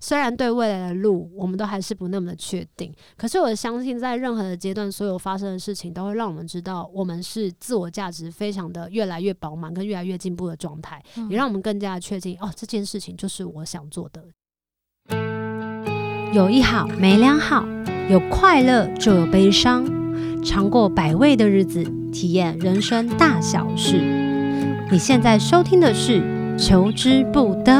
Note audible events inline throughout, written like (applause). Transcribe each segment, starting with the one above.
虽然对未来的路我们都还是不那么的确定，可是我相信在任何的阶段，所有发生的事情都会让我们知道，我们是自我价值非常的越来越饱满跟越来越进步的状态，也让我们更加的确定哦，这件事情就是我想做的。有一好没两好，有快乐就有悲伤，尝过百味的日子，体验人生大小事。你现在收听的是《求之不得》。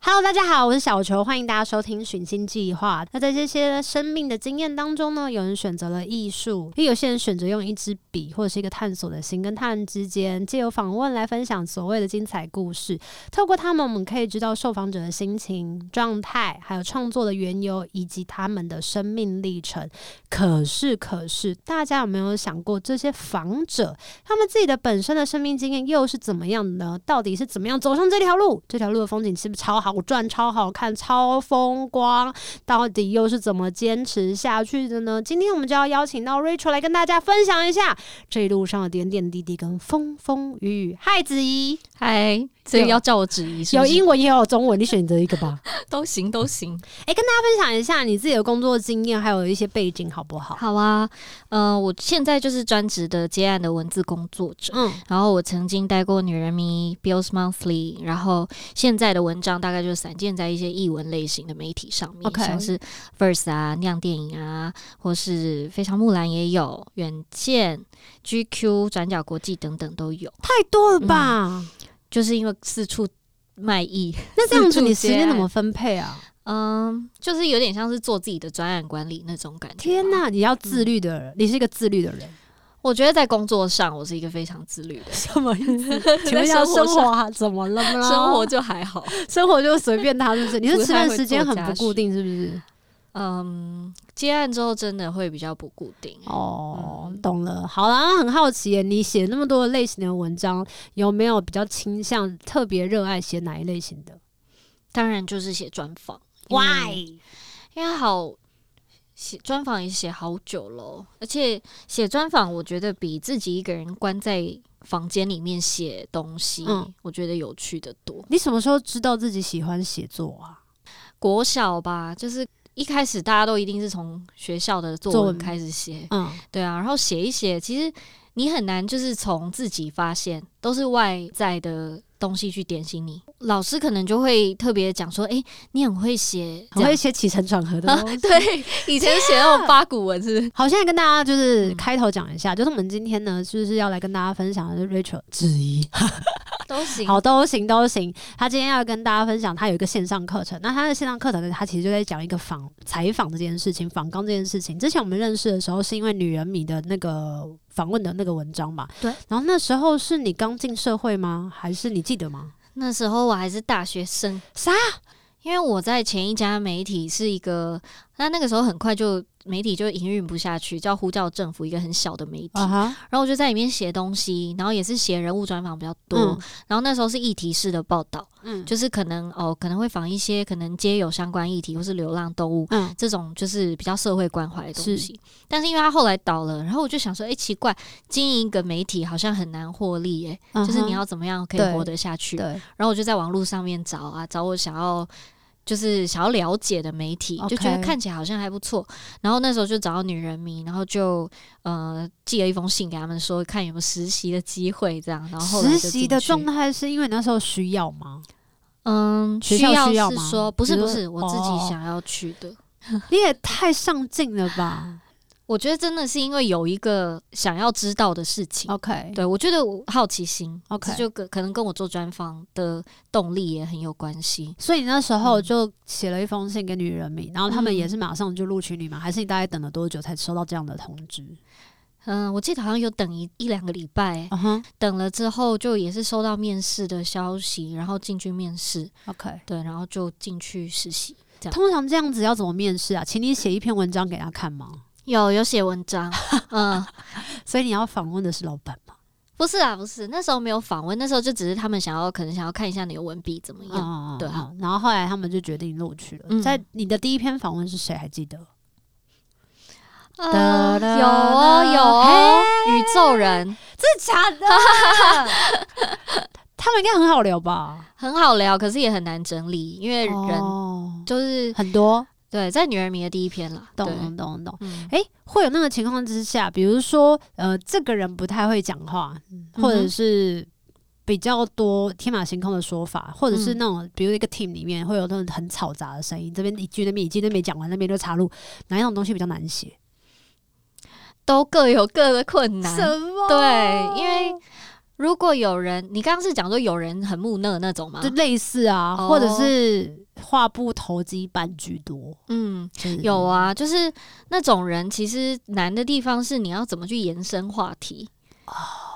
Hello，大家好，我是小球，欢迎大家收听《寻星计划》。那在这些生命的经验当中呢，有人选择了艺术，也有些人选择用一支笔或者是一个探索的心，跟他人之间借由访问来分享所谓的精彩故事。透过他们，我们可以知道受访者的心情、状态，还有创作的缘由，以及他们的生命历程。可是，可是，大家有没有想过，这些访者他们自己的本身的生命经验又是怎么样的呢？到底是怎么样走上这条路？这条路的风景是不是超好赚、超好看、超风光？到底又是怎么坚持下去的呢？今天我们就要邀请到 Rachel 来跟大家分享一下这一路上的点点滴滴跟风风雨雨。嗨，子怡，嗨，所以要叫我质疑是有不是英文也有中文，你选择一个吧。都行都行。 (laughs) 分享一下你自己的工作经验，还有一些背景，好不好？好啊，呃，我现在就是专职的接案的文字工作者。嗯，然后我曾经待过《女人迷》、《Bills Monthly》，然后现在的文章大概就是散见在一些译文类型的媒体上面 OK 像是 Verse 啊、酿电影啊，或是非常木兰也有、远见、GQ、转角国际等等都有。太多了吧？就是因为四处卖艺， (laughs) 那这样子你时四处接间案怎么分配啊？嗯，就是有点像是做自己的专案管理那种感觉。天哪，你要自律的人，你是一个自律的人，我觉得在工作上，我是一个非常自律的人，什么意 (laughs) 思？请问在一下，生活生上活啊，怎么了吗？(laughs) 生活就还好。生活就随便他，是不是？你是不吃太饭会时间做很家不固定，是不是？嗯，接案之后真的会比较不固定。哦嗯，懂了。好啦，很好奇耶，你写那么多类型的文章，有没有比较倾向特别热爱写哪一类型的当然就是写专访因为？Why？因为好写专访也写好久了，而且写专访我觉得比自己一个人关在房间里面写东西，嗯我觉得有趣的多。你什么时候知道自己喜欢写作啊？国小吧，就是一开始大家都一定是从学校的作作文文开始写，嗯，对啊，然后写一写，其实你很难就是从自己发现，都是外在的东西去点醒你。老师可能就会特别讲说，诶，你很会写，很这会样写起承转合的啊 (laughs) (laughs) 东西。对，以前 (laughs) 写那种八股文是不是好，现在跟大家就是嗯开头讲一下，就是我们今天呢，就是要来跟大家分享的是 Rachel 质疑，都行好都行都行。他今天要跟大家分享，他有一个线上课程。那他的线上课程呢，他其实就在讲一个访采访这件事情，访纲这件事情。之前我们认识的时候，是因为女人迷的那个访问的那个文章嘛。对。然后那时候是你刚进社会吗？还是你记得吗？那时候我还是大学生，啥？因为我在前一家媒体是一个，那那个时候很快就媒体就营运不下去，叫呼叫政府一个很小的媒体，啊哈，然后我就在里面写东西，然后也是写人物专访比较多，嗯然后那时候是议题式的报道。嗯，就就是可能哦，可能会仿一些可能街友相关议题，或是流浪动物嗯，这种，就是比较社会关怀的东是西。但是因为他后来倒了，然后我就想说，哎、奇怪，经营一个媒体好像很难获利、诶，哎、就是你要怎么样可对以活得下去？嗯对然后我就在网络上面找啊，找我想要。就是想要了解的媒体 OK 就觉得看起来好像还不错。然后那时候就找到女人迷，然后就呃寄了一封信给他们说，看有没有实习的机会这样。然后后来实就习进的去状态是因为你那时候需要 (laughs) 吗？嗯，学需校需要是吗说不是比如不是，我自哦己想要去的。你也太上进了 (laughs) 吧我觉得真的是因为有一个想要知道的事情。 ？OK，对，我觉得我好奇心哦 OK 这就跟可能跟我做专访的动力也很有关系。所以你那时候嗯就写了一封信给女人迷，然后他们嗯也是马上就录取你吗？还是你大概等了多久才收到这样的通知？嗯，我记得好像有等一一两个礼拜，嗯哼等了之后就也是收到面试的消息，然后进去面试， ，OK。对，然后就进去实习。这样通常这样子要怎么面试啊？请你写一篇文章给他看吗？有有写文章， (laughs) 嗯，所以你要访问的是老板吗？不是啊，不是，那时候没有访问，那时候就只是他们想要可能想要看一下你的文笔怎么样。嗯，嗯对啊嗯然后后来他们就决定录取了。嗯在你的第一篇访问是谁？还记得？啊哒哒有哦有哦，宇宙人，真的假的？ (laughs) 他们应该很好聊吧？很好聊，可是也很难整理，因为人哦、就是、很多，对，在《女儿迷》的第一篇啦，懂对懂懂懂。嗯，诶，会有那个情况之下，比如说，呃，这个人不太会讲话，或者嗯哼是比较多天马行空的说法，或者是嗯那种，比如一个 team 里面会有那种很嘈杂的声音，这边一句那边一句，那边没讲完，那边就插入，哪一种东西比较难写？都各有各的困难。么对，因为如果有人，你刚刚是讲说有人很木讷那种吗就？类似啊，哦或者是话不投机半居多，嗯，就是有。啊，就是那种人，其实难的地方是你要怎么去延伸话题。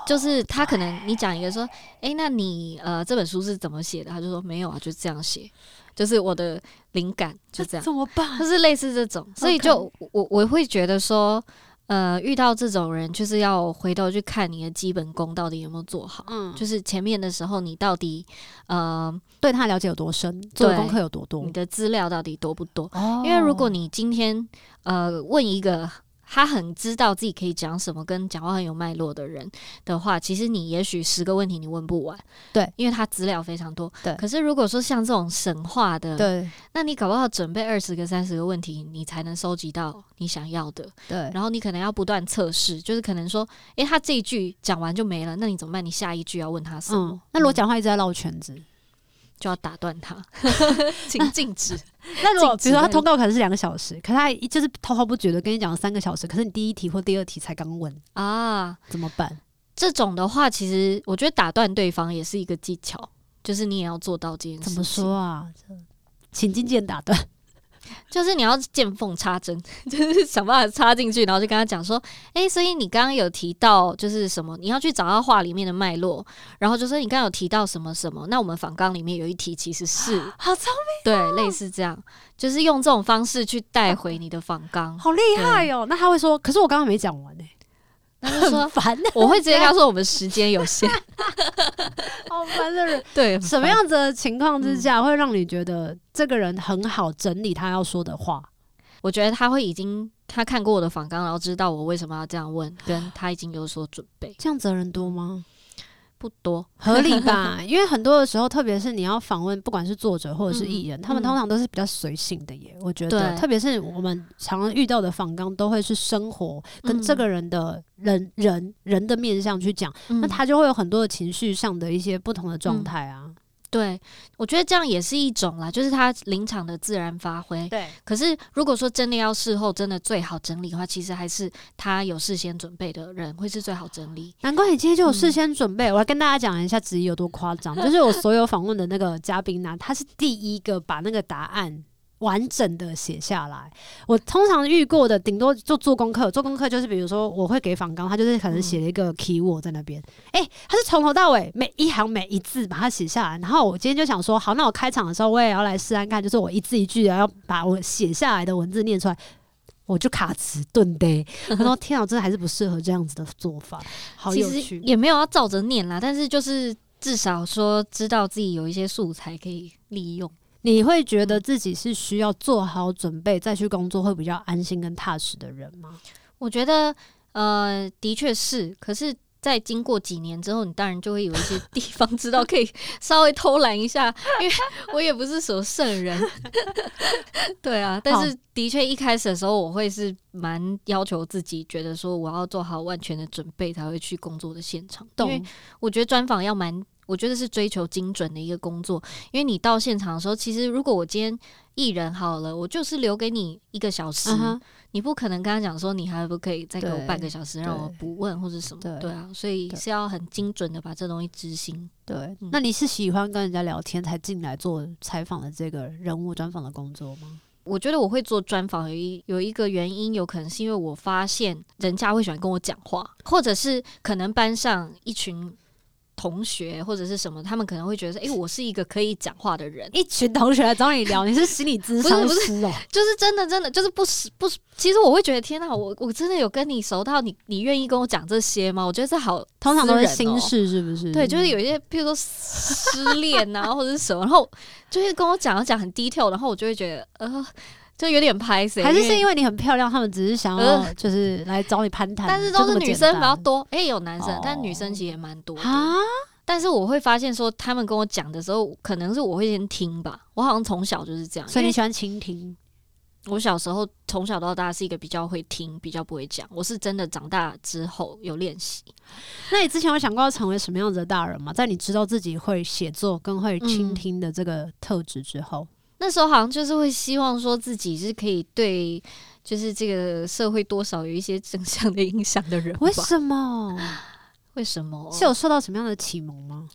就是他可能你讲一个说，诶，那你呃这本书是怎么写的？他就说没有啊，就这样写，就是我的灵感就这样，怎么办 (laughs) 就？是类似这种，所以 OK 就我我会觉得说，呃，遇到这种人就是要回头去看你的基本功到底有没有做好，嗯，就是前面的时候你到底呃对他了解有多深，做的对嗯功课有多多你。的资料到底多不多，哦因为如果你今天呃问一个他很知道自己可以讲什么，跟讲话很有脉络的人的话，其实你也许十个问题你问不完，对，因为他资料非常多。对可是如果说像这种神话的，对那你搞不好准备二十个、三十个问题，你才能收集到你想要的。对，然后你可能要不断测试，就是可能说，诶，他这一句讲完就没了，那你怎么办？你下一句要问他什么？嗯，那如果讲话一直在绕圈子，就要打断 (laughs) 他，请禁止。那如果比禁止如说他在通告可能是两个小时，可他一就是滔滔不绝的跟你讲了三个小时，可是你第一题或第二题才刚问， (laughs) 啊，怎么办？这种的话，其实我觉得打断对方也是一个技巧，就是你也要做到这件事。怎么？说啊？这请经纪人打断。就是你要见缝插针， (laughs) 就是想办法插进去，然后就跟他讲说：“诶，所以你刚刚有提到就是什么？你要去找到话里面的脉络，然后就说你刚刚有提到什么什么？那我们访纲里面有一题其实是好聪对，类似这样，就是用这种方式去带回你的访纲 (laughs) 明，。好厉害哦！那他会说，可是我刚刚没讲完呢、欸他就很说。” (laughs) 烦，我会直接跟他说我们时间 (laughs) 有限，好烦的人。嗯对，什么样子的情况之下会让你觉得这个人很好整理他要说的话？我觉得他会已经他看过我的访纲，然后知道我为什么要这样 (sighs) 问，跟他已经有所准备。这样子的人多吗？不多，合理 (laughs) 吧，因为很多的时候，特别是你要访问，不管是作者或者是艺人，嗯他们通常都是比较随性的耶。我觉得，对特别是我们常常遇到的访纲，都会是生活跟嗯这个人的人、人人的面向去讲，那那他他就会有很多的情绪上的一些不同的嗯状态啊。对我觉得这样也是一种啦，就是他临场的自然发挥。对，可是如果说真的要事后真的最好整理的话，其实还是他有事先准备的人会是最好整理。难怪你今天就有事先准备。我来跟大家讲一下质疑有多夸张，就是我所有访问的那个嘉宾呢、他是第一个把那个答案。完整的写下来，我通常遇过的顶多就做功课，做功课就是比如说我会给访纲，他就是可能写了一个 keyword 在那边，诶，他是从头到尾每一行每一字把它写下来，然后我今天就想说，好，那我开场的时候我也要来试看看，就是我一字一句的要把我写下来的文字念出来，我就卡词顿 (laughs) 呆，我说天啊，我真的还是不适合这样子的做法，好其有实趣。也没有要照着念啦，但是就是至少说知道自己有一些素材可以利用。你会觉得自己是需要做好准备再去工作，会比较安心跟踏实的人吗？我觉得，呃，的确是，可是，在经过几年之后，你当然就会有一些地方知道可以稍微偷懒一下，因为我也不是什么圣人， (laughs) 对啊。但是，的确一开始的时候，我会是蛮要求自己，觉得说我要做好万全的准备才会去工作的现场，因为懂，我觉得专访要蛮，我觉得是追求精准的一个工作，因为你到现场的时候，其实如果我今天艺人好了，我就是留给你一个小时，嗯哼，你不可能跟他讲说你还不可以再给我对半个小时让我补问或者什么，对对啊，所以对是要很精准的把这东西执行。对。嗯那你是喜欢跟人家聊天才进来做采访的这个人物专访的工作吗？我觉得我会做专访有一有一个原因，有可能是因为我发现人家会喜欢跟我讲话，或者是可能班上一群同学或者是什么，他们可能会觉得说，诶、我是一个可以讲话的人， (laughs) 一群同学来找你聊，你是心理咨商不是师哦、就是真的真的就是不是不是，其实我会觉得天哪，我我真的有跟你熟到你你愿意跟我讲这些吗？我觉得这好私人哦、通常都是心事，是哦不是？嗯对，就是有一些，譬如说失恋啊，或者是什么，然后就是跟我讲要讲很 detail，然后我就会觉得呃，就有点拍谁，还是是因为。为你很漂亮，他们只是想要呃就是来找你攀谈，但是就都这是么女简生单比较多，哎、有男生，哦但女生其实也蛮多的。啊。但是我会发现说，他们跟我讲的时候，可能是我会先听吧。我好像从小就是这样，所以因你为喜欢蜻蜓，我小时候从小到大是一个比较会听、比较不会讲。我是真的长大之后有练习， (laughs) 那你之前有想过要成为什么样子的大人吗？在你知道自己会写作跟会倾嗯听的这个特质之后，那时候好像就是会希望说自己是可以对，就是这个社会多少有一些正向的影响的人吧。为什么？为什么？是有受到什么样的启蒙吗？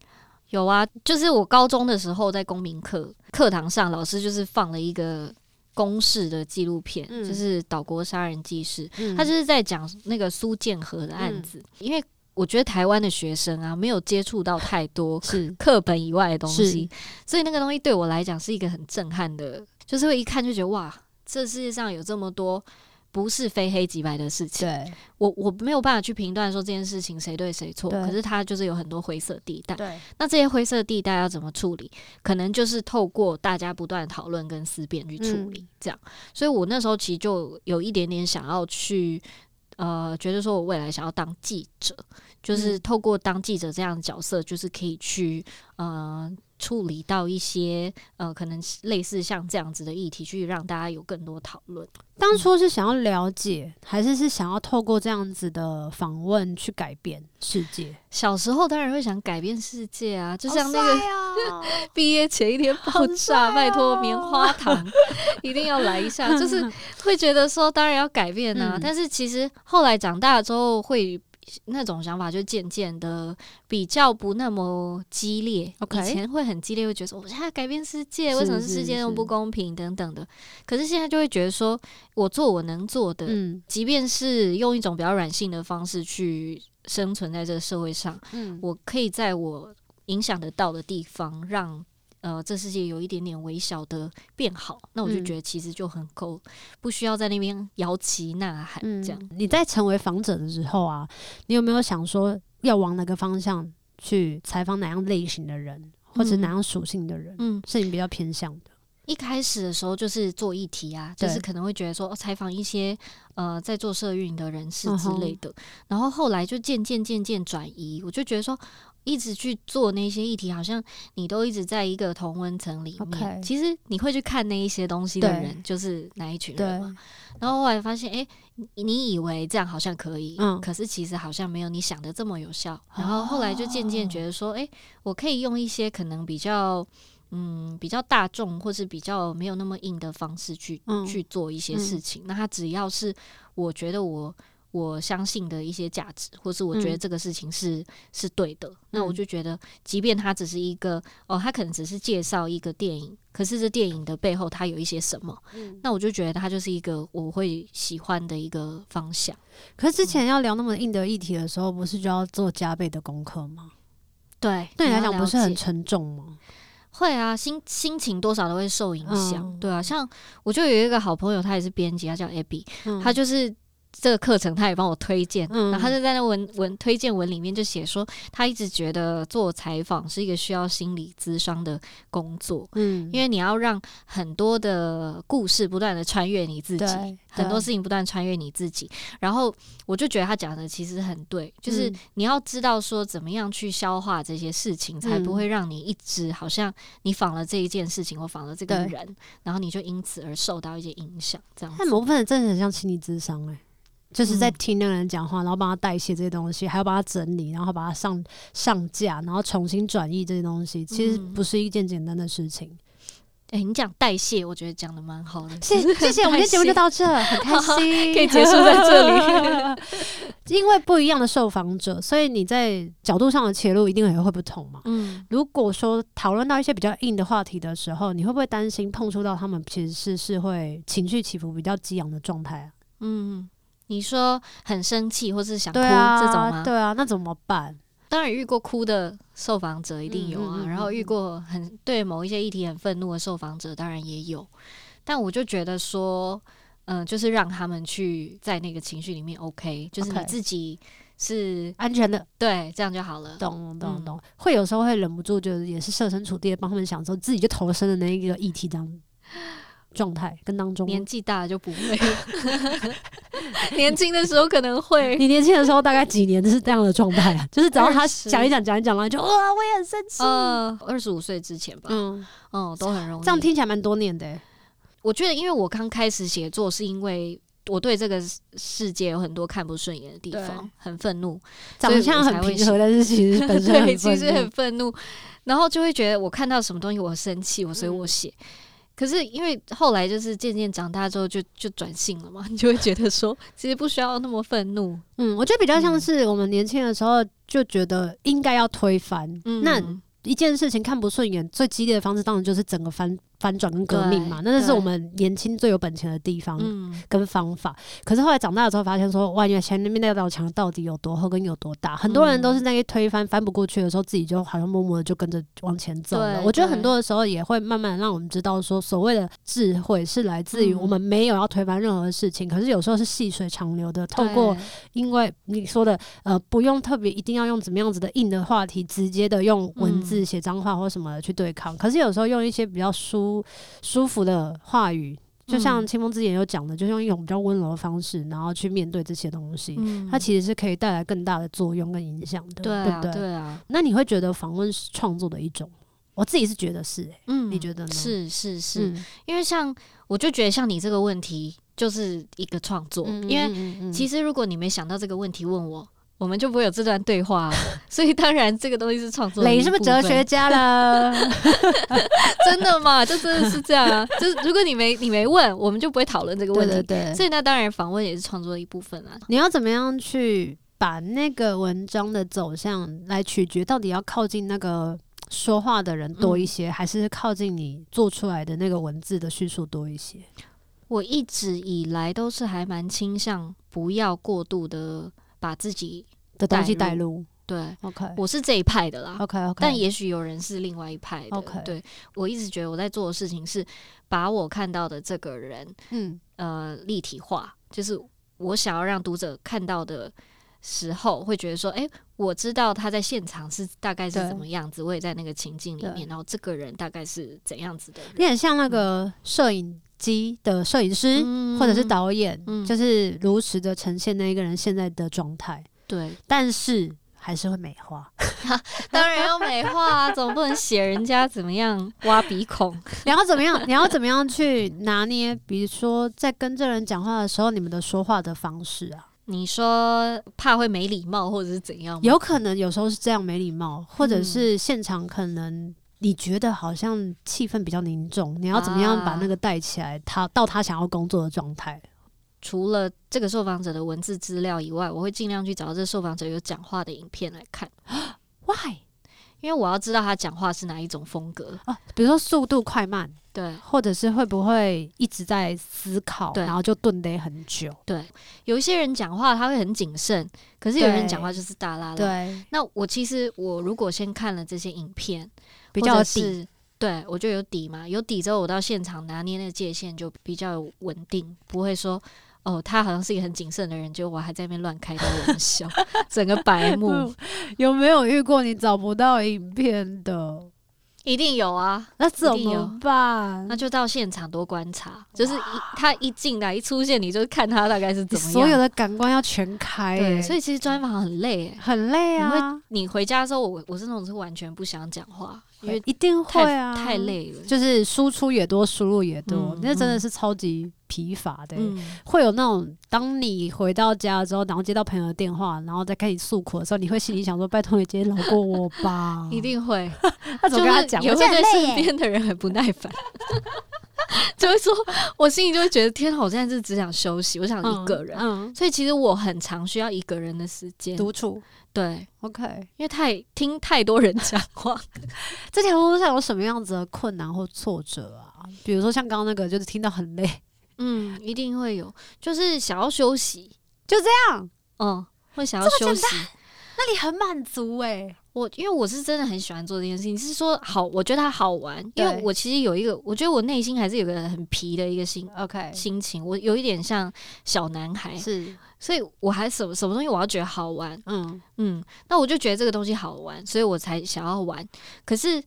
有啊，就是我高中的时候在公民课课堂上，老师就是放了一个公式的纪录片，嗯就是岛国杀人纪事，嗯他就是在讲那个苏建和的案子，因为。我觉得台湾的学生啊，没有接触到太多是课本以外的东是西，所以那个东西对我来讲是一个很震撼的，就是会一看就觉得哇，这世界上有这么多不是非黑即白的事情。 (laughs) 对我我没有办法去评断说这件事情谁对谁错，对可是它就是有很多灰色地带。对，那这些灰色地带要怎么处理？可能就是透过大家不断的讨论跟思辨去嗯处理，这样。所以我那时候其实就有一点点想要去，呃，觉得说我未来想要当记者，嗯就是透过当记者这样的角色，就是可以去呃处理到一些呃可能类似像这样子的议题，去让大家有更多讨论。当初是想要了解，还是是想要透过这样子的访问去改变世界？小时候当然会想改变世界啊，就像那个 (laughs) 毕业前一天爆炸，哦帅拜托哦棉花糖 (laughs) 一定要来一下，啊就是会觉得说当然要改变啊，嗯但是其实后来长大之后会。那种想法就渐渐的比较不那么激烈 OK 以前会很激烈，会觉得说我们现在改变世界，是为什么是世界那是么不公平等等的。可是现在就会觉得说，我做我能做的， (laughs) 嗯即便是用一种比较软性的方式去生存在这个社会上，嗯，我可以在我影响得到的地方，让呃这世界有一点点微小的变好，那我就嗯觉得其实就很够，不需要在那边摇旗呐喊这样。嗯你在成为访者的时候啊，你有没有想说要往哪个方向去采访哪样类型的人，或者嗯哪样属性的人，嗯，是你比较偏向的？一开始的时候就是做议题啊，就对是可能会觉得说哦采访一些呃在做社运的人士嗯之哼类的，然后后来就渐渐渐渐转移，我就觉得说。一直去做那些议题，好像你都一直在一个同温层里面。 OK 其实你会去看那一些东西的对人，就是哪一群人对嘛。，然后后来发现，哎、你你以为这样好像可以，嗯可是其实好像没有你想的这么有效。然后后来就渐渐觉得说，哎、我可以用一些可能比较，嗯，比较大众或是比较没有那么硬的方式去、嗯去做一些事情。那它只要是我觉得我。我相信的一些价值，或是我觉得嗯这个事情是、是对的，那我嗯就觉得，即便它只是一个哦，它可能只是介绍一个电影，可是这电影的背后它有一些什么，嗯那我就觉得它就是一个我会喜欢的一个方向。可是之前要聊那么硬的议题的时候，不是就要做加倍的功课吗？对，对你来要讲了不是很解沉重吗？会啊，心心情多少都会受影响。嗯对啊，像我就有一个好朋友，他也是编辑，他叫 Abby，、嗯他就是。这个课程他也帮我推荐，嗯然后他就在那文文推荐文里面就写说，他一直觉得做采访是一个需要心理咨商的工作，嗯因为你要让很多的故事不断的穿越你自己，对很多对事情不断穿越你自己。然后我就觉得他讲的其实很对，就是嗯你要知道说怎么样去消化这些事情，才不嗯会让你一直好像你仿了这一件事情或仿了这个对人，然后你就因此而受到一些影响。这样但子，某部分真的很像心理智商哎、就是在嗯听那个人讲话，然后帮他代谢这些东西，还要帮他整理，然后把它上上架，然后重新转译这些东西，其实嗯不是一件简单的事情。哎、你讲代谢，我觉得讲的蛮好的， (laughs) 谢谢谢，我们今天节目就到这，很 (laughs) 开心，可以结束在这里。 (laughs) 因为不一样的受访者，所以你在角度上的切入一定也会不同嘛。嗯。如果说讨论到一些比较硬的话题的时候，你会不会担心碰触到他们其实是是会情绪起伏比较激昂的状态啊？嗯你说很生气或是想哭、对啊，这种吗？对啊，那怎么办？当然遇过哭的受访者一定有啊，嗯嗯嗯然后嗯遇嗯过很对某一些议题很愤怒的受访者当然也有，但我就觉得说，嗯、就是让他们去在那个情绪里面 OK，就是你 OK 自己是安全的，对这样就好了。懂懂嗯懂，会有时候会忍不住，就是也是设身处地的帮他们想说，自己就投身的那一个议题当状态跟当中吗， (laughs) 年纪大了就不会了，年轻的时候可能会，你年轻的时候大概几年是这样的状 (laughs) 态啊？就是只要他20讲一讲讲一讲，然后就哇，我也很生气。呃，二十五岁之前吧，嗯，嗯，都很容易。这样听起来蛮多年的欸。我觉得，因为我刚开始写作，是因为我对这个世界有很多看不顺眼的地对方，很愤 (laughs) 怒，所长以相我才很会平写和，但是其 (laughs) 实本身对，很其实愤怒很愤怒，然后就会觉得我看到什么东西我生气，我所以我嗯写。可是因为后来就是渐渐长大之后就，就转性了嘛， (laughs) 你就会觉得说，其实不需要那么愤怒。嗯，我觉得比较像是我们年轻的时候就觉得应该要推翻。嗯，那一件事情看不顺眼，最激烈的方式当然就是整个翻翻转跟革命嘛，对那就是对我们年轻最有本钱的地方嗯，跟方法。可是后来长大了之后，发现说，哇，原来前面那道墙到底有多厚跟有多大？很多人嗯都是在一推翻翻不过去的时候，自己就好像默默的就跟着往前走了。对我觉得对很多的时候也会慢慢让我们知道说，所谓的智慧是来自于嗯我们没有要推翻任何事情，可是有时候是细水长流的，透过对因为你说的，呃，不用特别一定要用怎么样子的硬的话题，直接的用文字嗯写脏话或什么的去对抗。可是有时候用一些比较舒舒服的话语，就像嗯清风之前有讲的，就用一种比较温柔的方式，然后去面对这些东西，嗯它其实是可以带来更大的作用跟影响的，对对啊，不对？对啊，那你会觉得访问是创作的一种？我自己是觉得是、欸，嗯，你觉得呢是是是，嗯，因为像我就觉得像你这个问题就是一个创作，嗯因为为其实实如果你没想到这个问题问我，我们就不会有这段对话 (laughs) 啊、所以当然这个东西是创作的磊一部是分。不是哲学家了？真的嘛？就真的是这样啊！就是如果你 (laughs) 没你没问，我们就不会讨论这个问对题。对对，所以那当然访问也是创作的一部分啊。你要怎么样去把那个文章的走向来取决到底要靠近那个说话的人嗯多一些，还是靠近你做出来的那个文字的叙述多一些？我一直以来都是还蛮倾向不要过度的把自己的东西带带入对，OK，我是这一派的啦。 OK OK，但也许有人是另外一派的。 OK 对我一直觉得我在做的事情是把我看到的这个人嗯呃立体化，就是我想要让读者看到的时候会觉得说，哎、我知道他在现场是大概是对怎么样子，我也在那个情境里对面，然后这个人大概是怎样子的人，有点像那个摄影机的摄影师。嗯或者是导演，嗯就是如实的呈现那一个人现在的状态，对，但是还是会美化。 (laughs) 当然要美化啊，总不能写人家怎么样挖鼻孔， (laughs) 你要怎么样？你要怎么样去拿捏？比如说，在跟这人讲话的时候，你们的说话的方式啊， (laughs) 你说怕会没礼貌或者是怎样吗？有可能有时候是这样没礼貌，或者嗯是现场可能你觉得好像气氛比较凝重，你要怎么样把那个带起来，他到他想要工作的状态。除了这个受访者的文字资料以外，我会尽量去找这受访者有讲话的影片来看， Why 因为我要知道他讲话是哪一种风格。啊？比如说速度快慢，对或者是会不会一直在思考，对然后就顿得很久。对，有一些人讲话他会很谨慎，可是有人对讲话就是大啦啦。，对，那我其实我如果先看了这些影片，比较有或者底。是对我就有底嘛，有底之后我到现场拿捏那个界限就比较稳定，不会说。哦，他好像是一个很谨慎的人，结果我还在那边乱开他 (laughs) 玩笑，整个白目嗯，有没有遇过你找不到影片的？一定有啊。那怎一定有么办？那就到现场多观察，就是一他一进来一出现，你就看他大概是你怎么样。所有的感官要全开耶，对，所以其实专访很累欸。很累啊。你回家之后，我我是那种是完全不想讲话，因为一定太会啊，太，累了。就是输出也多，输入也多，嗯那真的是超级疲乏的欸、嗯，会有那种，当你回到家之后，然后接到朋友的电话，然后再开始诉苦的时候，你会心里想说：“拜托你今天饶过我吧。” (laughs) 一定会，他怎就么跟他是讲？也我会现在对很累身边的人很不耐烦， (laughs) 就会说，我心里就会觉得，天啊，我现在是只想休息，我想 (laughs) 嗯一个人。嗯，所以其实我很常需要一个人的时间，独处。对， OK，因为太听太多人讲话，这条路上有什么样子的困难或挫折啊？比如说像刚刚那个，就是听到很累，嗯，一定会有，就是想要休息，就这样，嗯，会想要休息。那你很满足哎、我因为我是真的很喜欢做这件事情，是说好，我觉得它好玩，对因为我其实有一个，我觉得我内心还是有个很皮的一个心 OK，心情，我有一点像小男孩，是所以我还什么什么东西我要觉得好玩，嗯嗯，那我就觉得这个东西好玩，所以我才想要玩。可是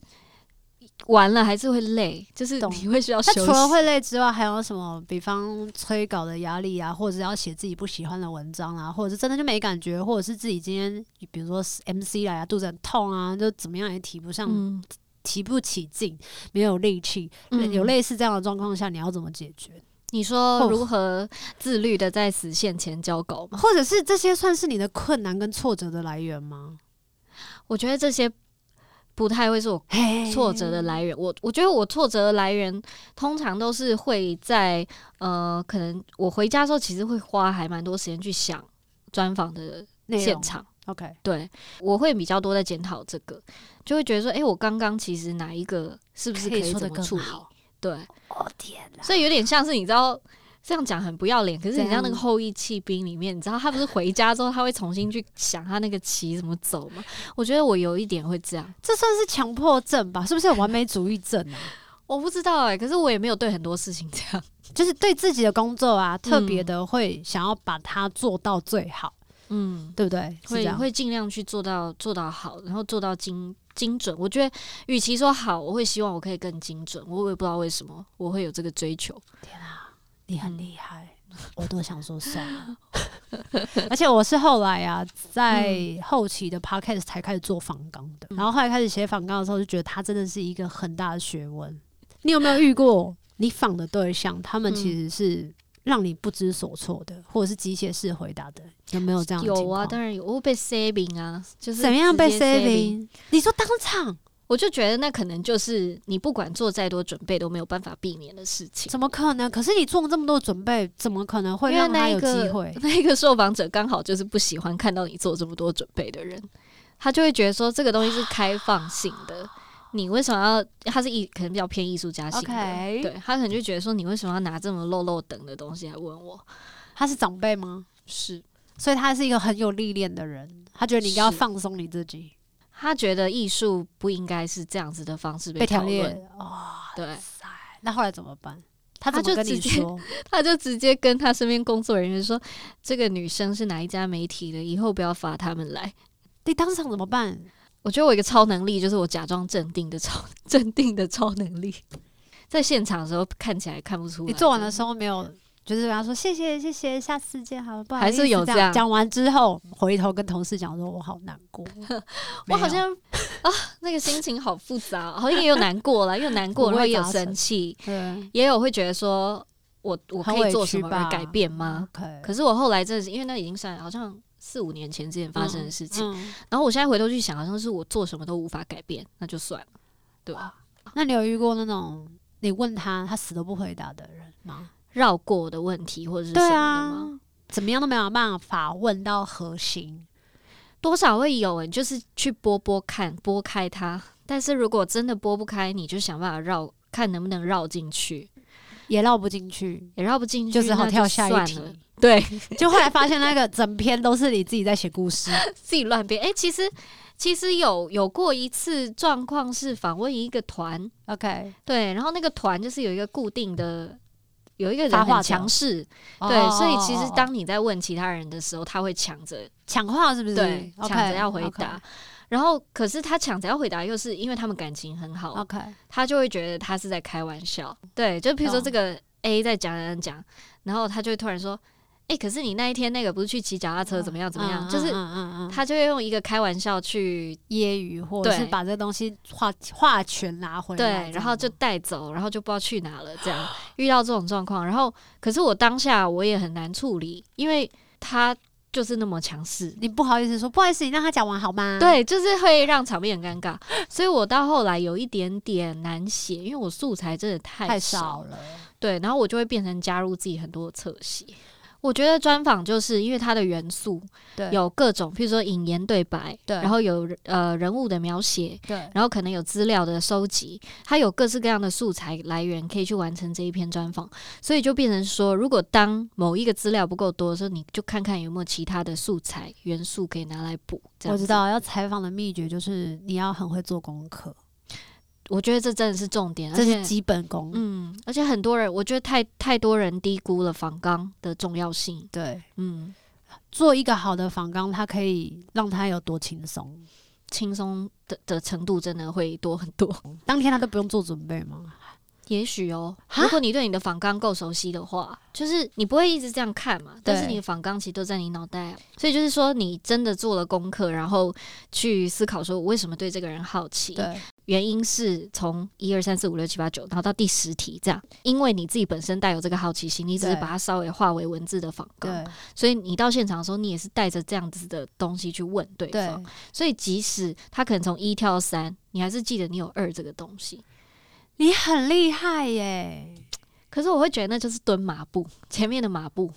完了还是会累，就是懂你会需要休那息。除了会累之外，还有什么？比方催稿的压力啊，或者是要写自己不喜欢的文章啊，或者是真的就没感觉，或者是自己今天比如说 MC 来啊，肚子很痛啊，就怎么样也提不上、嗯，提不起劲，没有力气。嗯有类哦似这样的状况下，你要怎么解决？你说如何自律的在死线前交稿吗？或者是这些算是你的困难跟挫折的来源吗？我觉得这些不太会是我挫折的来源。我我觉得我挫折的来源通常都是会在呃，可能我回家之后其实会花还蛮多时间去想专访的内容现场。 ，OK，对，我会比较多在检讨这个，就会觉得说，诶，我刚刚其实哪一个是不是可以以说的怎么更处理？好。对，哦天哪！所以有点像是你知道这样讲很不要脸，可是怎你像那样个《后羿弃兵》里面，你知道他不是回家之后他会重新去想他那个棋怎么走吗？我觉得我有一点会这样，这算是强迫症吧？是不是有完美主义症啊？我不知道哎、可是我也没有对很多事情这样，就是对自己的工作啊，特别的会想要把它做到最好，嗯，对不对？是这会样。会尽量去做到做到好，然后做到精精准。我觉得与其说好，我会希望我可以更精准，我也不知道为什么我会有这个追求。天啊，你很厉害，我都想说算了。而且我是后来啊，在后期的 podcast 才开始做访纲的，然后后来开始写访纲的时候，就觉得它真的是一个很大的学问。你有没有遇过你访的对象，他们其实是让你不知所措的，或者是机械式回答的？有没有这样的情有况？啊，当然有，我会被 saving 啊，就是怎么样被直接 saving saving？你说当场我就觉得那可能就是你不管做再多准备都没有办法避免的事情。怎么可能？可是你做了这么多准备，怎么可能会因为让他那一有个机会？ (laughs) 那一个受访者刚好就是不喜欢看到你做这么多准备的人，他就会觉得说这个东西啊是开放性的，你为什么要？他是艺可能比较偏艺术家性的 OK 对他可能就觉得说你为什么要拿这么漏漏等的东西来问我？他是长辈吗？是所以他是一个很有历练的人，他觉得你应该要是放松你自己，他觉得艺术不应该是这样子的方式被讨条论，列哦。对，那后来怎么办？他他怎就么跟你直接 (laughs) 说？他就直接跟他身边工作人员说，这个女生是哪一家媒体的，以后不要发他们来。你当场怎么办？我觉得我有一个超能力，就是我假装镇定的超 (laughs) 镇定的超能力，在现场的时候看起来看不出来。你做完的时候没有，就是跟他说谢谢谢谢，下次见，好了，不好意还思是有这这样讲完之后，回头跟同事讲说，我好难过，我好没有像啊，那个心情好复杂哦，好像也有难过 (laughs) 了，又难五过，味然后也有杂陈生气，对也有会觉得说我我可很委以做屈什么吧而改变吗？啊，OK，可是我后来真的是，因为那已经算好像四五年前之前发生的事情，嗯然后我现在回头去想，好像是我做什么都无法改变，那就算了，对吧？那你有遇过那种你问他，他死都不回答的人吗？绕过的问题或者是什对么的吗？啊，怎么样都没有办法问到核心。多少会有、欸，你就是去拨拨看，拨开它。但是如果真的拨不开，你就想办法绕，看能不能绕进去。也绕不进去，也绕不进去，就只好那跳下一算题了。对 (laughs) 就后来发现那个整篇都是你自己在写故 (laughs) 事，自己乱编。哎、其实其实有有过一次状况是访问一个团， OK，对，然后那个团就是有一个固定的。有一个发人话很条强势，哦对，所以其实哦哦当你在问其他人的时候，他会抢着抢话是不是？对嗯 OK，抢着要回答，然后可是他抢着要回答，又是因为他们感情很好， OK，他就会觉得他是在开玩笑。对，就譬如说懂这个 A 在讲讲讲，然后他就会突然说：“哎、可是你那一天那个不是去骑脚踏车怎么样怎么样？”就是嗯嗯嗯，他就会用一个开玩笑去揶揄或者是对把这个东西话话权拿回来，对，这样然后就吗带走，然后就不知道去哪了。这样遇到这种状况，然后可是我当下我也很难处理，因为他就是那么强势。你不好意思说，不好意思，你让他讲完好吗？，对，就是会让场面很尴尬，所以我到后来有一点点难写，因为我素材真的太太少少了，对，然后我就会变成加入自己很多的侧写。我觉得专访就是因为它的元素对，有各种，譬如说引言对白，对然后有呃人物的描写，对然后可能有资料的收集，它有各式各样的素材来源可以去完成这一篇专访，所以就变成说，如果当某一个资料不够多的时候，你就看看有没有其他的素材元素可以拿来补。这样我知子，道要采访的秘诀就是你要很会做功课，我觉得这真的是重点，而这是且基本功。嗯，而且很多人，我觉得太太多人低估了访纲的重要性，对，嗯。做一个好的访纲，它可以让他有多轻松。轻松的的程度真的会多很多。当天他都不用做准备吗？ (laughs) 也许哦，如果你对你的仿纲够熟悉的话，就是你不会一直这样看嘛。但是你的仿纲其实都在你脑袋、啊，所以就是说，你真的做了功课，然后去思考说，我为什么对这个人好奇？对，原因是从一二三四五六七八九，然后到第十题这样，因为你自己本身带有这个好奇心，你只是对把它稍微化为文字的仿纲，对所以你到现场的时候，你也是带着这样子的东西去问对方。对，所以即使他可能从一跳到三，你还是记得你有二这个东西。你很厉害耶。可是我会觉得那就是蹲马步，前面的马步。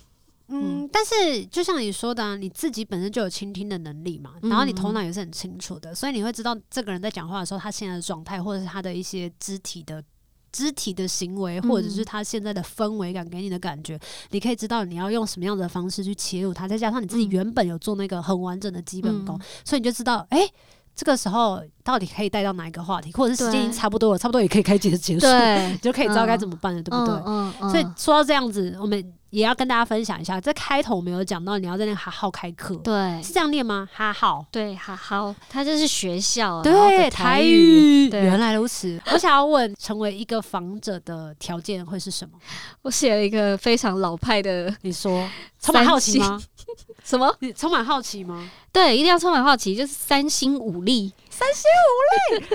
嗯，但是就像你说的、啊，你自己本身就有倾听的能力嘛，嗯然后你头脑也是很清楚的，所以你会知道这个人在讲话的时候，他现在的状态，或者是他的一些肢体的。肢体的行为，或者是嗯他现在的氛围感给你的感觉，你可以知道你要用什么样的方式去切入他，再加上你自己嗯原本有做那个很完整的基本功，嗯所以你就知道，哎、这个时候到底可以带到哪一个话题，或者是时间已经对差不多了，差不多也可以开结结束，对你， (laughs) 就可以知道该嗯怎么办了，对不嗯对？嗯嗯所以说到这样子，我们也要跟大家分享一下，在开头我们有讲到你要在那个哈号开课，对是这样念吗？哈号。对，好好，他就是学校啊然后对的台语。语，对原来如此。我想要问，成为一个访者的条件会是什么？我写了一个非常老派的你说，充满好奇吗？什么？你充满好奇吗？对，一定要充满好奇，就是三心五力，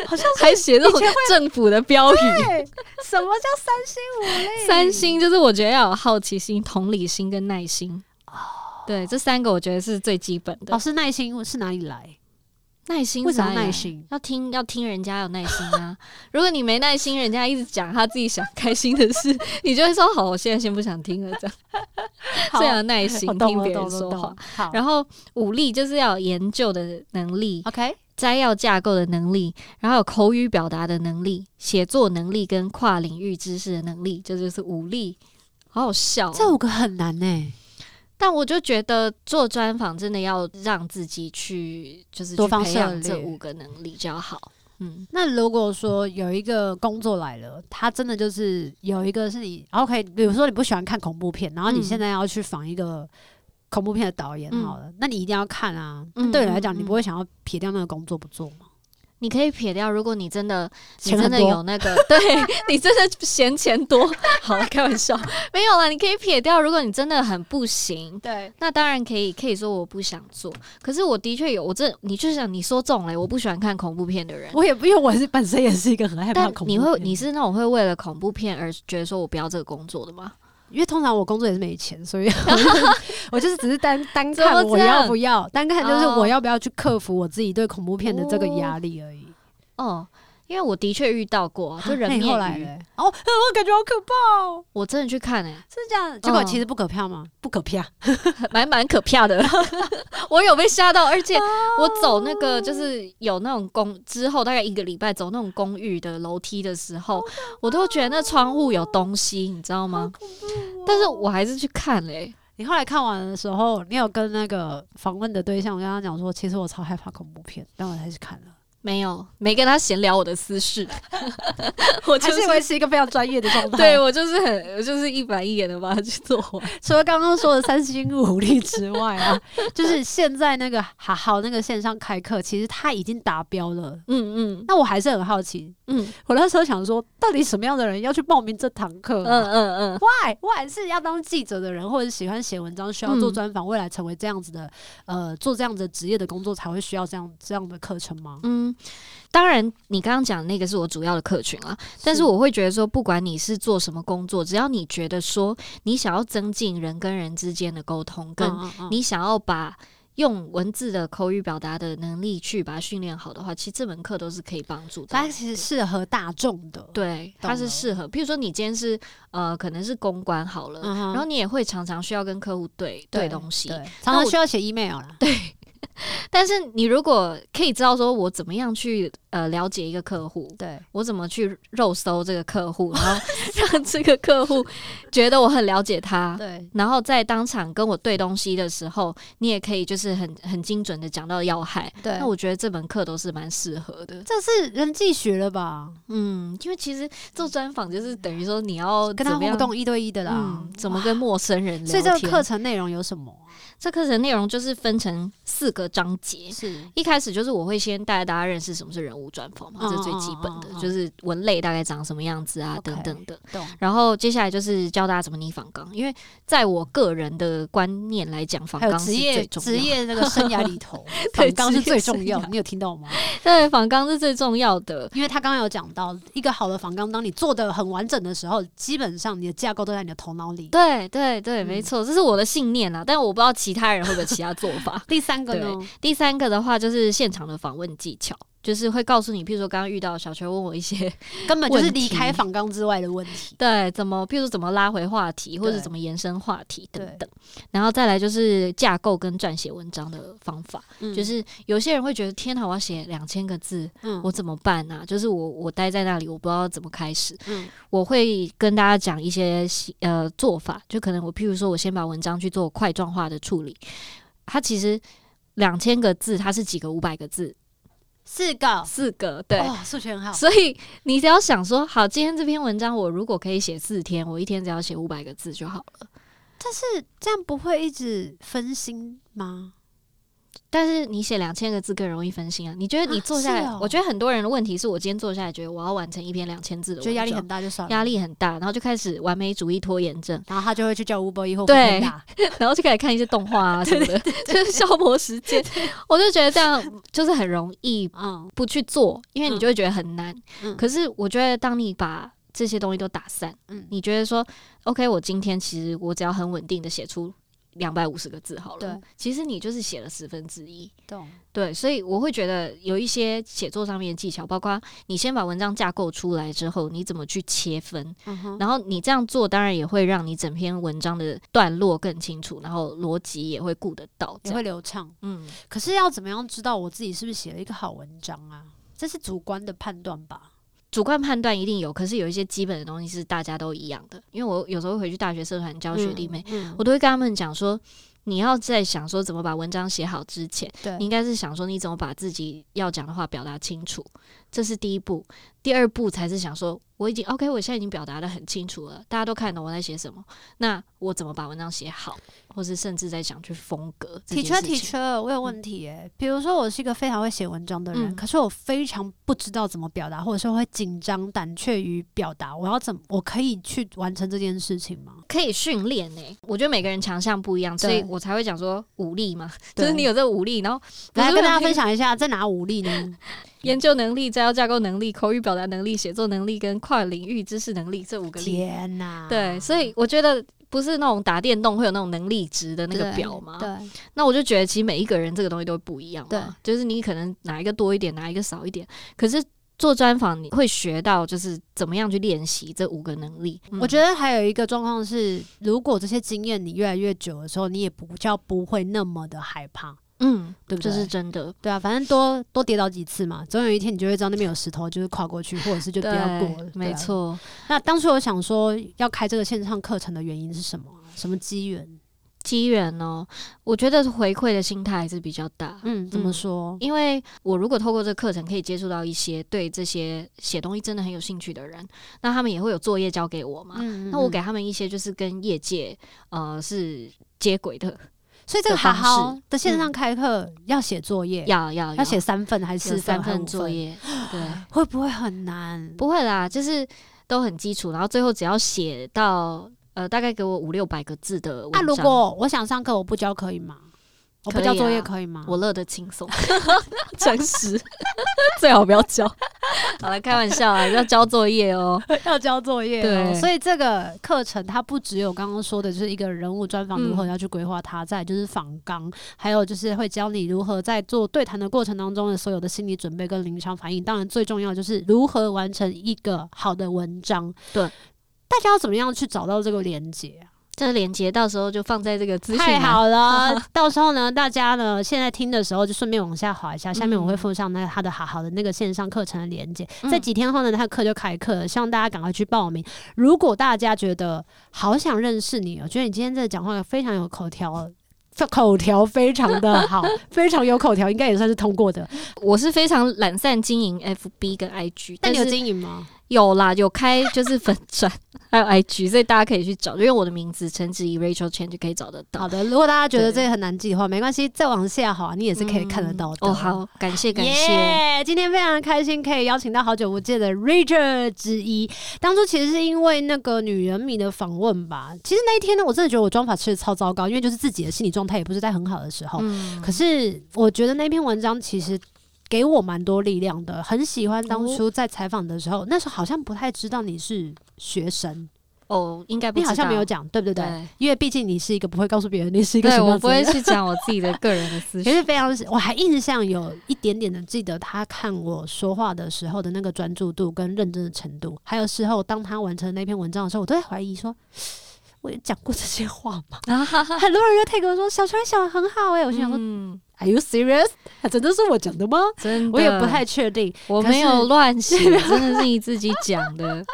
好像 (laughs) 还写这种政府的标语。对，什么叫三心五力？三心就是我觉得要有好奇心、同理心跟耐心。对，这三个我觉得是最基本的。老师耐心是哪里 (laughs) 来？耐心为什么是哪里耐来啊心？要听要听人家有耐心啊！ (laughs) 如果你没耐心，人家一直讲他自己想开心的事， (laughs) 你就会说好，我现在先不想听了，这样 (laughs) 好啊这样有耐心 (laughs) 我懂听我别人懂我说话懂。。好然后武力就是要有研究的能力、 ，OK，摘要架构的能力，然后有口语表达的能力、写作能力跟跨领域知识的能力，这就是武力。好好笑哦、这五个很难呢，但我就觉得做专访真的要让自己去，就是去多方培涉养这猎五个能力比较好。嗯，那如果说有一个工作来了，他真的就是有一个是你 OK，比如说你不喜欢看恐怖片，然后你嗯现在要去仿一个恐怖片的导演嗯好了，那你一定要看啊。嗯那对你来讲，嗯你不会想要撇掉那个工作不做吗？你可以撇掉，如果你真的你钱很真多的有那个， (laughs) 对你真的嫌钱多， (laughs) 好了，开 (laughs) 玩笑，没有啦，你可以撇掉，如果你真的很不行。对，那当然可以，可以说我不想做。可是我的确有，我这你就想你说中了，我不喜欢看恐怖片的人，我也不因为我是本身也是一个很 (laughs) 害怕但恐怖片你的会人你是那种会为了恐怖片而觉得说我不要这个工作的吗？因为通常我工作也是没钱，所以我 (laughs) 就是我就是只是单单怎么看这我要样不要，单看就是哦我要不要去克服我自己对恐怖片的这个压力而已。哦，因为我的确遇到过，啊就人那你后面来鱼，嘞哦，我感觉好可怕哦，我真的去看哎、是这样。结果嗯其实不可怕吗？不可怕。蛮蛮可怕的， (laughs) 我有被吓到，而且我走那个就是有那种公之后大概一个礼拜走那种公寓的楼梯的时候，我都觉得那窗户有东西，你知道吗？但是我还是去看嘞、你后来看完的时候，你有跟那个访问的对象，我跟他讲说，其实我超害怕恐怖片，但我还是看了，没有没跟他闲聊我的私事， (laughs) 我就还是是。维持一个非常专业的状态。对，我就是很，我就是一板一眼的把它去做完。除了刚刚说的三心五力之外 (laughs) 啊，就是现在那个好好那个线上开课，其实它已经达标了。嗯嗯那我还是很好奇，嗯我那时候想说，到底什么样的人要去报名这堂课、嗯啊？嗯嗯， why why 是要当记者的人，或者喜欢写文章，需要做嗯专访，未来成为这样子的呃做这样子的职业的工作，才会需要这样这样的课程吗？嗯，当然，你刚刚讲那个是我主要的客群啊，但是我会觉得说，不管你是做什么工作，只要你觉得说你想要增进人跟人之间的沟通，跟嗯嗯嗯你想要把用文字的口语表达的能力去把它训练好的话，其实这门课都是可以帮助到它的。其实适合大众的。对，它是了适合，譬如说你今天是呃，可能是公关好了，嗯哼，然后你也会常常需要跟客户对对东西，对常常需要写 email 啦。对，但是你如果可以知道说我怎么样去呃了解一个客户，对我怎么去肉搜这个客 (laughs) 户，然后让这个客户觉得我很了解他。对然后在当场跟我对东西的时候，你也可以就是很很精准的讲到要害。对那我觉得这门课都是蛮适合的，这是人际学了吧？嗯，因为其实做专访就是等于说你要跟他怎么样互嗯动一对一的啦嗯，。怎么跟陌生人聊所以天？这个课程内容有什么啊？这课程内容就是分成四个章节。是一开始就是我会先带大家认识什么是人物专访嘛，这是最基本的嗯嗯嗯嗯嗯就是文类大概长什么样子啊 OK 等等的。懂然后接下来就是教大家怎么拟访纲，因为在我个人的观念来讲，访还有纲是职业最重要职的。，业这个生涯里头反对刚是职最业重要生的，你有听到吗？ (laughs) 对，访纲是最重要的。因为他刚刚有讲到，一个好的仿纲，当你做的很完整的时候，基本上你的架构都在你的头脑里。对对对，嗯。没错，这是我的信念啊，但我不知道其他人会不会有其他做法 (laughs) 第三个呢，第三个的话就是现场的访问技巧，就是会告诉你，譬如说刚刚遇到小球问我一些， (laughs) 根本就是问题。离开仿纲之外的问题对，怎么，譬如说怎么拉回话题，或者对怎么延伸话题等对等。然后再来就是架构跟撰写文章的方法，就是有些人会觉得，天哪，我要写两千个字，嗯我怎么办啊？就是我我待在那里，我不知道怎么开始。嗯我会跟大家讲一些呃做法，就可能我譬如说我先把文章去做块状化的处理，它其实两千个字，它是几个五百个字，四个，四个对。哦，数学很好。 (laughs) 所以你只要想说，好，今天这篇文章我如果可以写四天，我一天只要写五百个字就好了。但是这样不会一直分心吗？但是你写两千个字更容易分心啊！你觉得你啊坐下来，是哦我觉得很多人的问题是我今天坐下来，觉得我要完成一篇两千字的文觉章，得压力很大就算了，压。力很大，然后就开始完美主义拖延症， (laughs) 然后他就会去叫 Uber 以后对打，然后就开始看一些动画啊什 (laughs) 么的，就是消磨时间。我就觉得这样就是很容易嗯，不去做，因为你就会觉得很难。嗯可是我觉得，当你把这些东西都打散，嗯你觉得说，OK，我今天其实我只要很稳定的写出两百五十个字好了，对，其实你就是写了十分之一。懂。对，所以我会觉得有一些写作上面的技巧，包括你先把文章架构出来之后，你怎么去切分，嗯哼，然后你这样做，当然也会让你整篇文章的段落更清楚，然后逻辑也会顾得到。也这样，会流畅。嗯，可是要怎么样知道我自己是不是写了一个好文章啊？这是主观的判断吧？主观判断一定有，可是有一些基本的东西是大家都一样的。因为我有时候回去大学社团教学弟妹，嗯，我都会跟他们讲说，你要在想说怎么把文章写好之前，对你应该是想说你怎么把自己要讲的话表达清楚，这是第一步。第二步才是想说，我已经 OK，我现在已经表达的很清楚了，大家都看懂我在写什么，那我怎么把文章写好，或是甚至在想去风格这体件缺事体情。缺，我有问题耶、比如说，我是一个非常会写文章的人，嗯可是我非常不知道怎么表达，或者说会紧张、胆怯于表达。我要怎么？我可以去完成这件事情吗？可以训练呢，我觉得每个人强项不一样，所以对我才会讲说武力嘛，对就是你有这个武力，然后不是来跟大家会分享一 (laughs) 下，在哪五力呢？研究能力、摘要架构能力、口语表达能力、写作能力跟跨领域知识能力这五个力天哪！对，所以我觉得不是那种打电动会有那种能力值的那个对表吗？对，那我就觉得其实每一个人这个东西都不一样嘛，就是你可能哪一个多一点，哪一个少一点，可是。做专访你会学到就是怎么样去练习这五个能力，我得觉得还有一个状况是，如果这些经验你越来越久的时候，你也不叫不会那么的害怕，嗯，对不这对？是真的，对啊，反正多多跌倒几次嘛，总有一天你就会知道那边有石头，就是跨过去，或者是就不要过了。对没啊错。那当初我想说要开这个线上课程的原因是什么啊？什么机缘？机缘呢，我觉得回馈的心态还是比较大，嗯，怎么说？因为我如果透过这个课程可以接触到一些对这些写东西真的很有兴趣的人，那他们也会有作业交给我嘛，嗯那我给，他们一些就是跟业界呃是接轨的，所以这个的方好式好的线上开课要写作业，要要要写三份还是是三份还是份五作？业， (laughs) 对，会不会很难？不会啦，就是都很基础，然后最后只要写到呃大概给我五六百个字的文那章，如果我想上课，我不交可以吗？我不可以交作业啊可以吗？我乐得 (laughs) 轻松，诚实，最好不要交。 (laughs) 好了，开玩笑啊，要交作业哦。 (laughs) 要交作业哦、对所以这个课程它不只有刚刚说的，就是一个人物专访嗯如何要去规划它，再来就是访纲，还有就是会教你如何在做对谈的过程当中的所有的心理准备跟临场反应。当然，最重要就是如何完成一个好的文章。对，大家要怎么样去找到这个连接啊？这个链接到时候就放在这个资讯太栏。好 (laughs) 了，到时候呢，大家呢现在听的时候就顺便往下滑一下，下面我会嗯附上那个他的好好的那个线上课程的连接。嗯在几天后呢，他的课就开课了，希望大家赶快去报名。如果大家觉得好想认识你哦，我觉得你今天这讲话非常有口条。口条非常的 (laughs) 好，非常有口条，应该也算是通过的。我是非常懒散经营 FB 跟 IG，但但你有是经营吗？有啦，有开就是粉专，还有 IG，所以大家可以去找，因为我的名字陈子怡 Rachel Chen 就可以找得到好。的，如果大家觉得这对个很难记的话，没关系，再往下好啊，你也是可以看得到的。嗯哦，好，感谢感谢。耶今天非常开心可以邀请到好久不见的 Richard 之一。当初其实是因为那个女人迷的访问吧，其实那一天呢，我真的觉得我妆法吃的超糟糕，因为就是自己的心理状态也不是在很好的时候。嗯可是我觉得那篇文章其实。给我蛮多力量的，很喜欢当哦初在采访的时候，那时候好像不太知道你是学生，哦，应该不你好知像没有道讲，对不对？对因为毕竟你是一个不会告诉别人你是一个对什么我样子不的会人去讲我自己的个人的私可事。是非常，我还印象有一点点的记得他看我说话的时候的那个专注度跟认真的程度，还有事后当他完成那篇文章的时候，我都在怀疑说，我有讲过这些话吗？ (laughs) 啊哈哈，很多人就 take 我说小川想的很好 (laughs) 哎、我我心想想说、说， a r e you serious？真的是我讲的吗？嗯真的，我也不太确定，我可没有是乱 (laughs) 写，真的是你自己讲的。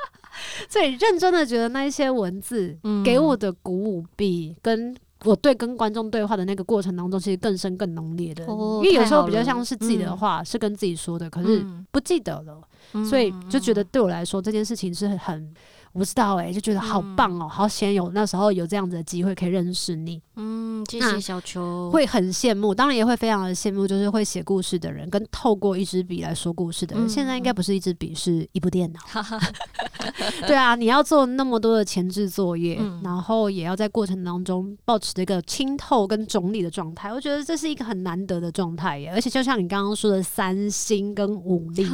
所以认真的觉得那一些文字嗯给我的鼓舞比跟。我对跟观众对话的那个过程当中，其实更深更浓烈的，哦因为有时候太好比较了像是自己的嗯话、是跟自己说的，可是嗯不记得了。所以就觉得对我来说这件事情是很很，我不知道哎、就觉得好嗯棒哦、好险有那时候有这样子的机会可以认识你，嗯，嗯谢那谢小球。会很羡慕，当然也会非常的羡慕，就是会写故事的人跟透过一支笔来说故事的人，嗯现在应该不是一支笔，是一部电 (laughs) 脑。哈哈，对啊，你要做那么多的前置作业，嗯然后也要在过程当中保持一个清透跟整理的状态，我觉得这是一个很难得的状态耶。而且就像你刚刚说的，三心跟五 (laughs) 力，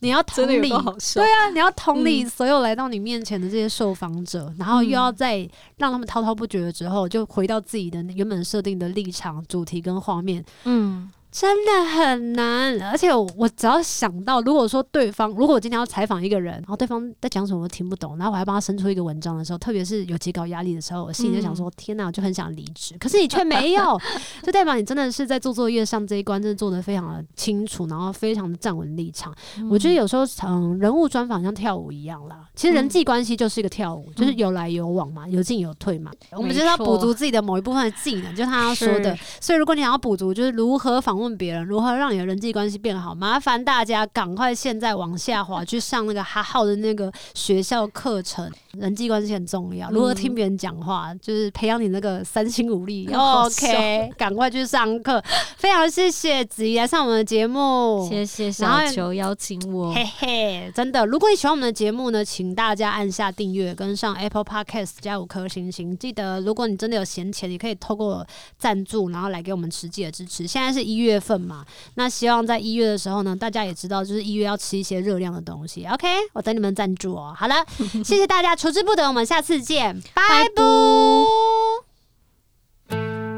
你要同真的有理多好笑？对啊，你要同理所有来到你面前的这些受访者，然后又要在让他们滔滔不绝之后，就回到自己的原本设定的立场、主题跟画面，嗯，真的很难。而且我我只要想到，如果说对方，如果我今天要采访一个人，然后对方在讲什么我听不懂，然后我还帮他生出一个文章的时候，特别是有截稿压力的时候，我心里就想说：天哪，我就很想离职，可是你却没有，就代表你真的是在做作业上这一关，真的做得非常的清楚，然后非常的站稳立场。我觉得有时候，嗯，人物专访像跳舞一样啦，其实人际关系就是一个跳舞，就是有来有往嘛，有进有退嘛。我们就是要补足自己的某一部分的技能，就他要说的。所以，如果你想要补足，就是如何访问别人，如何让你的人际关系变好，麻烦大家赶快现在往下滑去上那个哈浩的那个学校课程，人际关系很重要，如何听别人讲话，就是培养你那个三心五力。哦好笑 OK，赶快去上课。非常谢谢子怡来上我们的节目，谢谢然小后球邀请我嘿。嘿，真的！如果你喜欢我们的节目呢，请大家按下订阅，跟上 Apple Podcast 加五颗星星。记得，如果你真的有闲钱，你可以透过赞助，然后来给我们实际的支持。现在是一月份嘛，那希望在一月的时候呢，大家也知道，就是一月要吃一些热量的东西。OK，我等你们赞助哦。好了，谢谢大家， (laughs) 求之不得，我们下次见，拜拜。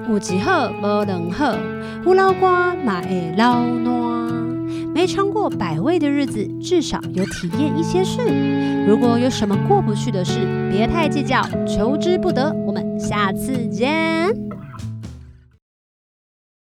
有一好无两好，有老瓜嘛会老烂。没尝过百味的日子，至少有体验一些事。如果有什么过不去的事，别太计较，求之不得。我们下次见。